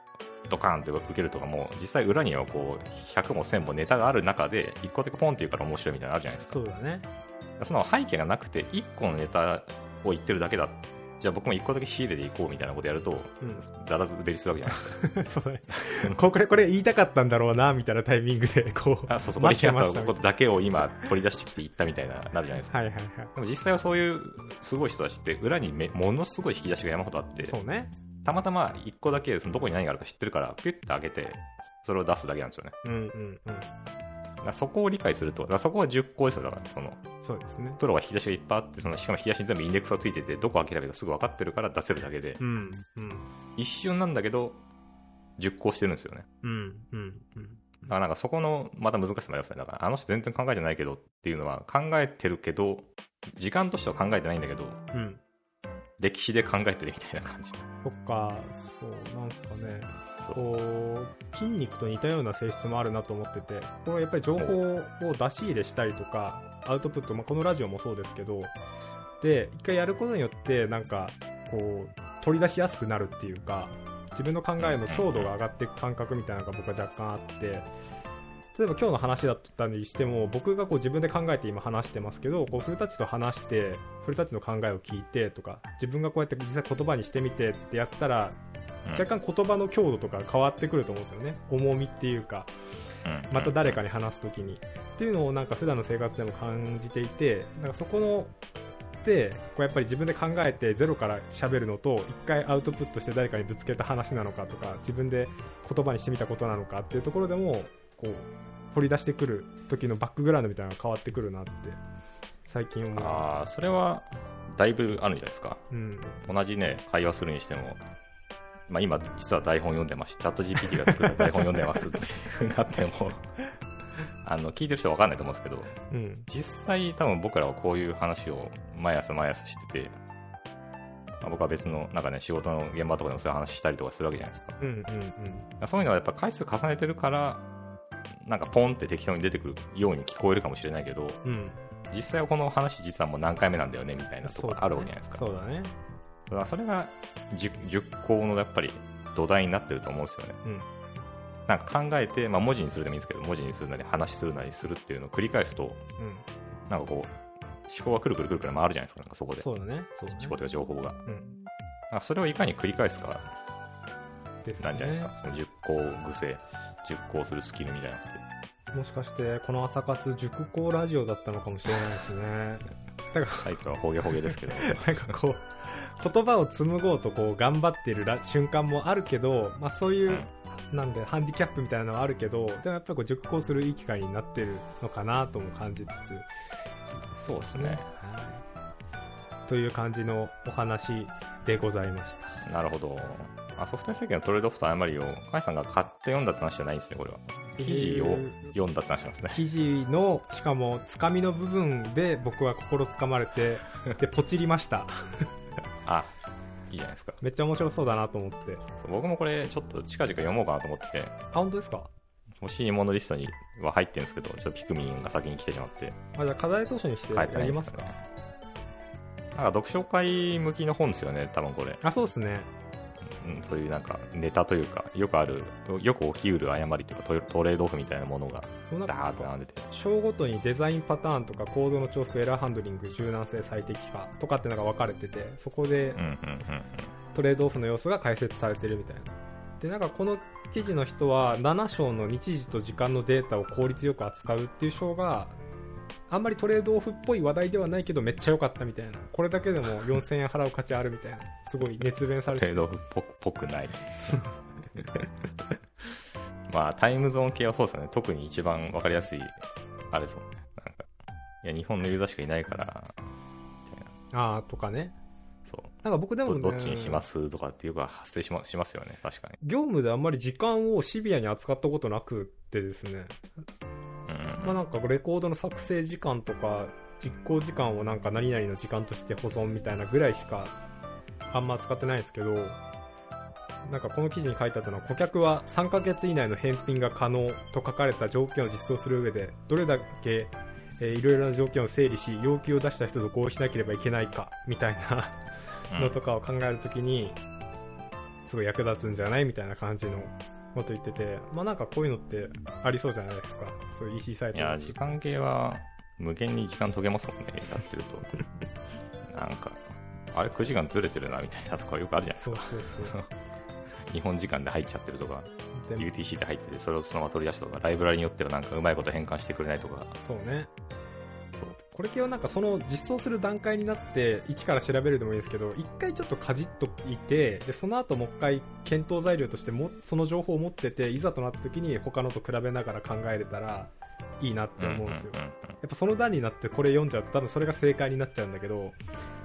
[SPEAKER 2] ドカーンって受けるとかも実際裏にはこう100も1000もネタがある中で1個だけポンって言うから面白いみたいなのあるじゃないですか
[SPEAKER 1] そうだね
[SPEAKER 2] その背景がなくて1個のネタを言ってるだけだじゃあ僕も1個だけ仕入れでいこうみたいなことやると
[SPEAKER 1] うん
[SPEAKER 2] だだ滑りするわけじゃないですか
[SPEAKER 1] そうだね これこれ言いたかったんだろうなみたいなタイミング でこう
[SPEAKER 2] あそうそうこれ
[SPEAKER 1] 待って
[SPEAKER 2] 違
[SPEAKER 1] ま
[SPEAKER 2] っ
[SPEAKER 1] したた
[SPEAKER 2] こ
[SPEAKER 1] み
[SPEAKER 2] と
[SPEAKER 1] たい
[SPEAKER 2] だけを今取り出してきて言ったみたいななるじゃないですか
[SPEAKER 1] なはいはいは
[SPEAKER 2] でも実際はそういうすごい人たちって裏にめものすごい引き出しが山ほどあっ
[SPEAKER 1] い
[SPEAKER 2] て
[SPEAKER 1] そうね
[SPEAKER 2] たまたま1個だけそのどこに何があるか知ってるからピュッて開けてそれを出すだけなんですよね
[SPEAKER 1] うんうんうん
[SPEAKER 2] だからそこを理解するとだからそこは10個ですよだからその
[SPEAKER 1] そうですね
[SPEAKER 2] プロは引き出しがいっぱいあってそのしかも引き出しに全部インデックスがついててどこ開ければいいかすぐ分かってるから出せるだけで
[SPEAKER 1] うんうん
[SPEAKER 2] 一瞬なんだけど10個してるんですよね
[SPEAKER 1] うんうんうん
[SPEAKER 2] だからなんかそこのまた難しさもありますねだからあの人全然考えてないけどっていうのは考えてるけど時間としては考えてないんだけど
[SPEAKER 1] うん
[SPEAKER 2] 歴史で考えてるみたいな感じ
[SPEAKER 1] そっかそうなんすかね
[SPEAKER 2] そう
[SPEAKER 1] こう筋肉と似たような性質もあるなと思っててこれはやっぱり情報を出し入れしたりとかアウトプット、まあ、このラジオもそうですけどで一回やることによってなんかこう取り出しやすくなるっていうか自分の考えの強度が上がっていく感覚みたいなのが僕は若干あって例えば今日の話だったりしても僕がこう自分で考えて今話してますけどこう古舘と話して古舘の考えを聞いてとか自分がこうやって実際言葉にしてみてってやったら
[SPEAKER 2] うん
[SPEAKER 1] 若干言葉の強度とか変わってくると思うんですよね重みっていうか
[SPEAKER 2] うん
[SPEAKER 1] また誰かに話すときに、っていうのをなんか普段の生活でも感じていてなんかそこのでこうやっぱり自分で考えてゼロから喋るのと一回アウトプットして誰かにぶつけた話なのかとか自分で言葉にしてみたことなのかっていうところでもこう掘り出してくる時のバックグラウンドみたいなのが変わってくるなって最近思い
[SPEAKER 2] あ
[SPEAKER 1] ま
[SPEAKER 2] あそれはだいぶあるんじゃないですか
[SPEAKER 1] す、うん、
[SPEAKER 2] 同じね会話するにしても、まあ、今実は台本読んでますチャット GPT が作った台本読んでますっていうふうになっても あの聞いてる人は分かんないと思うんですけど
[SPEAKER 1] うん、
[SPEAKER 2] 実際多分僕らはこういう話を毎朝毎朝してて、まあ僕は別のなんかね仕事の現場とかでもそういう話したりとかするわけじゃないですか
[SPEAKER 1] うんうん
[SPEAKER 2] だからそういうのはやっぱ回数重ねてるからなんかポンって適当に出てくるように聞こえるかもしれないけど
[SPEAKER 1] うんうん
[SPEAKER 2] 実際はこの話実はもう何回目なんだよねみたいなとこあるわけじゃないですか
[SPEAKER 1] そうだね
[SPEAKER 2] だからそれが 10, 10項のやっぱり土台になってると思うんですよね、
[SPEAKER 1] うん
[SPEAKER 2] なんか考えて、まあ、文字にするでもいいんですけど文字にするなり話するなりするっていうのを繰り返すと
[SPEAKER 1] そうだね
[SPEAKER 2] なんかこう思考がくるくるくるくる回るじゃないですかなんかそこ
[SPEAKER 1] うん
[SPEAKER 2] で
[SPEAKER 1] そうだねそうだね
[SPEAKER 2] 思考というか情報が
[SPEAKER 1] うん
[SPEAKER 2] なんかそれをいかに繰り返すか
[SPEAKER 1] です
[SPEAKER 2] なんじゃないです
[SPEAKER 1] ね
[SPEAKER 2] か、その10項癖10項するスキルみたいなのって
[SPEAKER 1] もしかしてこの朝活熟考ラジオだったのかもしれないです ねだか
[SPEAKER 2] タイトルはほげほげですけど
[SPEAKER 1] らなんかこう言葉を紡ごうとこう頑張ってるら瞬間もあるけど、まあ、そういう、なんでハンディキャップみたいなのはあるけどでもやっぱりこう熟考するいい機会になってるのかなとも感じつつ
[SPEAKER 2] そうですね
[SPEAKER 1] はいという感じのお話でございました
[SPEAKER 2] なるほどあソフトウェア設計のトレードオフと誤りを甲斐さんが買って読んだって話じゃないんですねこれは記事を読んだって話なんですね
[SPEAKER 1] 記事のしかもつかみの部分で僕は心つかまれてでポチりました
[SPEAKER 2] あいいじゃないですか
[SPEAKER 1] めっちゃ面白そうだなと思って
[SPEAKER 2] そう僕もこれちょっと近々読もうかなと思って
[SPEAKER 1] あ本当ですか
[SPEAKER 2] 欲しいものリストには入ってるんですけどちょっとピクミンが先に来てしまって
[SPEAKER 1] あじゃあ課題図書にして
[SPEAKER 2] 書
[SPEAKER 1] や
[SPEAKER 2] いてない
[SPEAKER 1] り
[SPEAKER 2] んで
[SPEAKER 1] ますす
[SPEAKER 2] よ
[SPEAKER 1] か
[SPEAKER 2] ねなんか読書会向きの本ですよね多分これ、
[SPEAKER 1] あそうですね
[SPEAKER 2] うん、そういうなんかネタというかよくあるよく起きうる誤りというかトレトレードオフみたいなものが
[SPEAKER 1] その
[SPEAKER 2] ダー
[SPEAKER 1] 中
[SPEAKER 2] ッと並んでて
[SPEAKER 1] 章ごとにデザインパターンとかコードの重複エラーハンドリング柔軟性最適化とかってのが分かれててそこで
[SPEAKER 2] うんうんうんうん
[SPEAKER 1] トレードオフの要素が解説されてるみたいなでなんかこの記事の人は7章の日時と時間のデータを効率よく扱うっていう章があんまりトレードオフっぽい話題ではないけどめっちゃ良かったみたいなこれだけでも4000円払う価値あるみたいなすごい熱弁され
[SPEAKER 2] ト
[SPEAKER 1] て
[SPEAKER 2] レ
[SPEAKER 1] る
[SPEAKER 2] ードオフっぽくぽくない まあタイムゾーン系はそうですよね特に一番わかりやすいあれですもんねなんかいや日本のユーザーしかいないからみたいな
[SPEAKER 1] ああとかね
[SPEAKER 2] そう
[SPEAKER 1] なんか僕でも、
[SPEAKER 2] ど
[SPEAKER 1] ね、
[SPEAKER 2] どっちにしますとかっていうか発生しましますよね確かに
[SPEAKER 1] 業務であんまり時間をシビアに扱ったことなくってですね、
[SPEAKER 2] うん、
[SPEAKER 1] まあなんかレコードの作成時間とか実行時間をなんか何々の時間として保存みたいなぐらいしかあんま使ってないですけどなんかこの記事に書いてあったのは顧客は3ヶ月以内の返品が可能と書かれた条件を実装する上でどれだけえーいろいろな条件を整理し要求を出した人と合意しなければいけないかみたいな
[SPEAKER 2] うん
[SPEAKER 1] のとかを考えるときにすごい役立つんじゃないみたいな感じのこと言っててまあなんかこういうのってありそうじゃないですかそういう EC サイ
[SPEAKER 2] い
[SPEAKER 1] ト
[SPEAKER 2] や時間系は無限に時間解けますもんねやってると なんかあれ9時間ずれてるなみたいなとかよくあるじゃないです
[SPEAKER 1] そうそうそう
[SPEAKER 2] か日本時間で入っちゃってるとか
[SPEAKER 1] でも
[SPEAKER 2] UTC で入っててそれをそのまま取り出したとかライブラリによってはなんかうまいこと変換してくれないとか
[SPEAKER 1] そうね
[SPEAKER 2] そう
[SPEAKER 1] これ系はなんかその実装する段階になって一から調べるでもいいですけど一回ちょっとかじっといてでその後もう一回検討材料としてもその情報を持ってていざとなった時に他のと比べながら考えれたらいいなって思うんですよ、
[SPEAKER 2] うんうんうん
[SPEAKER 1] やっぱその段になってこれ読んじゃうと多分それが正解になっちゃうんだけど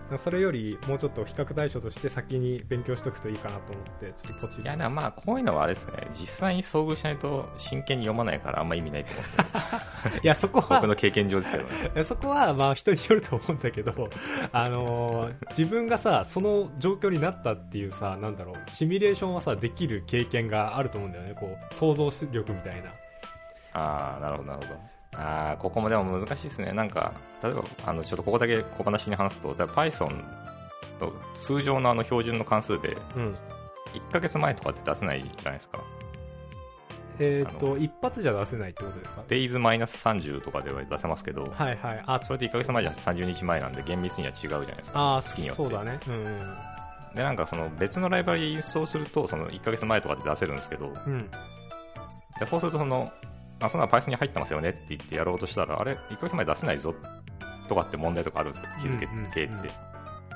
[SPEAKER 1] なんかそれよりもうちょっと比較対象として先に勉強しとくといいかなと思ってちょっとポチ
[SPEAKER 2] う
[SPEAKER 1] リ
[SPEAKER 2] んいやなまあこういうのはあれですね実際に遭遇しないと真剣に読まないからあんま意味ないと思 うんですね
[SPEAKER 1] いやそこ
[SPEAKER 2] 僕
[SPEAKER 1] は
[SPEAKER 2] の経験上ですけどね
[SPEAKER 1] いやそこはまあ人によると思うんだけど、あのー自分がさその状況になったっていうさなんだろうシミュレーションはさできる経験があると思うんだよねこう想像力みたいな
[SPEAKER 2] ああ、なるほど、なるほど。ああ、ここもでも難しいですね。なんか、例えば、あの、ちょっとここだけ小話に話すと、例えば Python と通常のあの標準の関数で、
[SPEAKER 1] うん
[SPEAKER 2] 1ヶ月前とかって出せないじゃないですか。
[SPEAKER 1] えーっと、一発じゃ出せないってことですか
[SPEAKER 2] デイズマイナス30とかでは出せますけど、
[SPEAKER 1] はいはい。あ、
[SPEAKER 2] それって1ヶ月前じゃ30日前なんで厳密には違うじゃないですか
[SPEAKER 1] あ、ー
[SPEAKER 2] 月によって
[SPEAKER 1] そうだね。うん。
[SPEAKER 2] でなんかその別のライブラリインストールするとその1ヶ月前とかで出せるんですけど
[SPEAKER 1] うん。
[SPEAKER 2] でそうするとそのあそんなの Python に入ってますよねって言ってやろうとしたらあれ1ヶ月前出せないぞとかって問題とかあるんですよ日付
[SPEAKER 1] うんうんうん
[SPEAKER 2] 系って、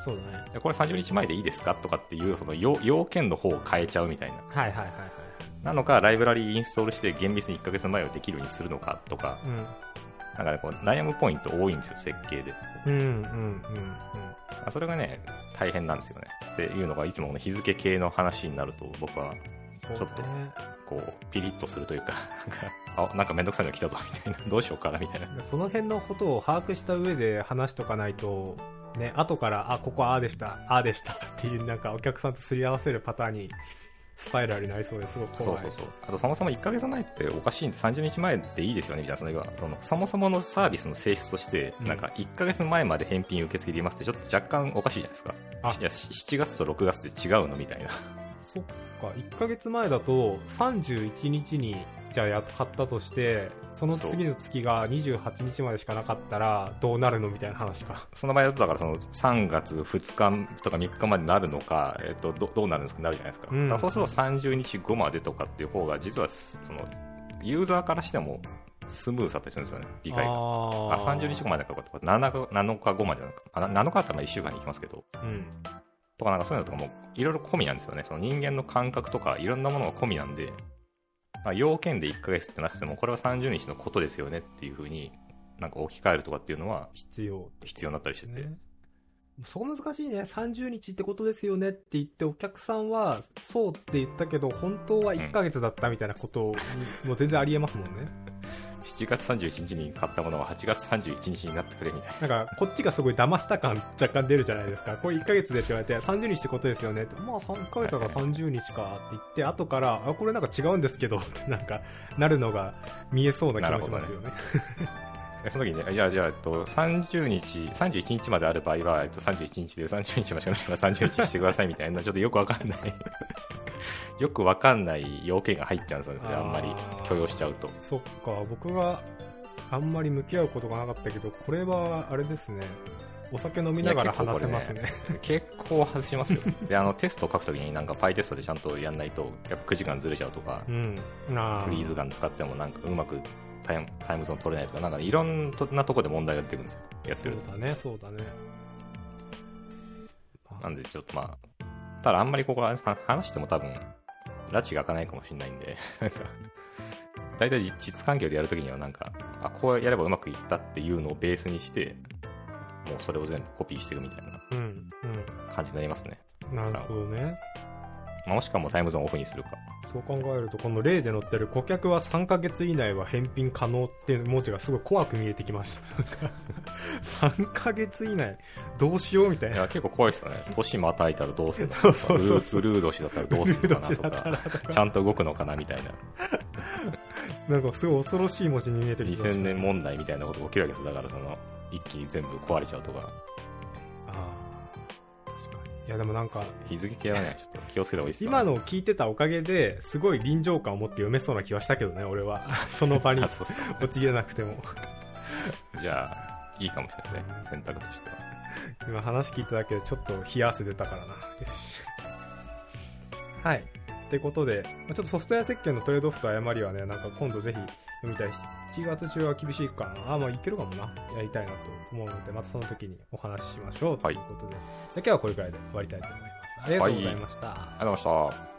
[SPEAKER 1] そうだね。
[SPEAKER 2] でこれ30日前でいいですかとかっていうその要要件の方を変えちゃうみたいな
[SPEAKER 1] はいはいはいはい。
[SPEAKER 2] なのかライブラリインストールして厳密に1ヶ月前をできるようにするのかとか
[SPEAKER 1] うん。
[SPEAKER 2] なんかねこう悩むポイント多いんですよ設計で
[SPEAKER 1] うんうんうん
[SPEAKER 2] あそれがね大変なんですよねっていうのがいつもこの日付系の話になると僕
[SPEAKER 1] う
[SPEAKER 2] は
[SPEAKER 1] ん。
[SPEAKER 2] ちょっとこうピリッとするというかなんかあなんかめんどくさいの来たぞみたいなどうしようかなみたいな
[SPEAKER 1] と。その辺のことを把握した上で話しとかないと、ね、後から、あ、ここああでした、ああでしたっていう、なんかお客さんとすり合わせるパターンに、スパイラルになりそうですごく
[SPEAKER 2] そう
[SPEAKER 1] 怖い。
[SPEAKER 2] そうそうあとそもそも1ヶ月前っておかしいんで30日前でいいですよねみたいなその要はそのそもそものサービスの性質として、
[SPEAKER 1] うん
[SPEAKER 2] なんか1ヶ月前まで返品受け付けていますってちょっと若干おかしいじゃないですか
[SPEAKER 1] あ
[SPEAKER 2] いやし7月と6月って違うのみたいな
[SPEAKER 1] そっか、1ヶ月前だと、31日に、じゃあやっと買ったとして、その次の月が28日までしかなかったら、どうなるのみたいな話か。
[SPEAKER 2] その場合だとだからその3月2日とか3日までなるのか、えっと、どどうなるんですかなるじゃないですか,、
[SPEAKER 1] うん
[SPEAKER 2] だからそうすると30日後までとかっていう方が実はそのユーザーからしてもスムーズだったりするんですよね理解が。あ
[SPEAKER 1] あ
[SPEAKER 2] 30日後までかとか7日 ,7 日後までなのかあな7日あったら1週間に行きますけど
[SPEAKER 1] うん。
[SPEAKER 2] とかなんかそういうのとかもいろいろ込みなんですよね。その人間の感覚とかいろんなものが込みなんで、まあ、要件で1ヶ月ってなってても、これは30日のことですよねっていうふうに、なんか置き換えるとかっていうのは
[SPEAKER 1] 必要
[SPEAKER 2] 必要になったりしてて。
[SPEAKER 1] ね、そこ難しいね30日ってことですよねって言ってお客さんはそうって言ったけど本当は1ヶ月だったみたいなことにもう全然ありえますもんね
[SPEAKER 2] 7月31日に買ったものは8月31日になってくれみたいな。
[SPEAKER 1] なんかこっちがすごい騙した感若干出るじゃないですかこれ1ヶ月でって言われて30日ってことですよねってまあ3ヶ月だから30日かって言って後からあこれなんか違うんですけど ってなんかなるのが見えそうな気もしますよね
[SPEAKER 2] えその時にね、じゃあ、じゃあ、えっと、30日、31日まである場合は、えっと、31日で30日までしかないから30日にしてくださいみたいな、ちょっとよくわかんない。 よくわかんない要件が入っちゃうんですよね、それあんまり許容しちゃうと。
[SPEAKER 1] そっか、僕があんまり向き合うことがなかったけど、これはあれですね、お酒飲みながら話せますね。
[SPEAKER 2] 結構外しますよであのテストを書くときになんか Py テストでちゃんとやんないとやっぱ9時間ずれちゃうとか
[SPEAKER 1] うん。なあ
[SPEAKER 2] フリーズガン使ってもなんかうまくタイムタイムゾーン取れないとかなんかいろんなとこで問題が出てくるんですよやってると
[SPEAKER 1] そうだね、そうだね。
[SPEAKER 2] なんでちょっとまあただあんまりここはは話しても多分拉致が開かないかもしれないんでなんか大体実実環境でやるときにはなんかあこうやればうまくいったっていうのをベースにしてもうそれを全部コピーしていくみたいな
[SPEAKER 1] うん、
[SPEAKER 2] 感じになりますね、
[SPEAKER 1] うん。なるほどね。
[SPEAKER 2] まあ、もしくはもうタイムゾーンオフにするか
[SPEAKER 1] そう考えると、この例で載ってる顧客は3ヶ月以内は返品可能っていう文字がすごい怖く見えてきました。なんか、3ヶ月以内、どうしようみたい
[SPEAKER 2] い
[SPEAKER 1] な。
[SPEAKER 2] や結構怖いですよね、年またいたらどうするの
[SPEAKER 1] そうそうそうそう
[SPEAKER 2] ウルウルー年だったらど うするのかなと
[SPEAKER 1] ウルー年だったら
[SPEAKER 2] か、ちゃんと動くのかなみたいな、
[SPEAKER 1] なんかすごい恐ろしい文字に見えてきました。
[SPEAKER 2] 2000年問題みたいなことが起きるわけですよ、だからその一気に全部壊れちゃうとか、
[SPEAKER 1] ああ。確かに。いや、でもなんか、
[SPEAKER 2] 日付系 はね、ちょっと気をつけた方がいいですよ
[SPEAKER 1] 今のを聞いてたおかげですごい臨場感を持って読めそうな気はしたけどね俺はその場に
[SPEAKER 2] あそうっすか
[SPEAKER 1] 落ち切れなくても
[SPEAKER 2] じゃあ、いいかもしれないですね、選択としては。
[SPEAKER 1] 今話聞いただけでちょっと冷や汗出たからなよ しはいってことでまあちょっとソフトウェア設計のトレードオフと誤りはねなんか今度ぜひ読みたいし7月中は厳しいかなあまあいけるかもなやりたいなと思うのでまたその時にお話ししましょうと
[SPEAKER 2] はい
[SPEAKER 1] いうことで、じゃあ今日はこれくらいで終わりたいと思いますありがとうございました、
[SPEAKER 2] ありがとうございました。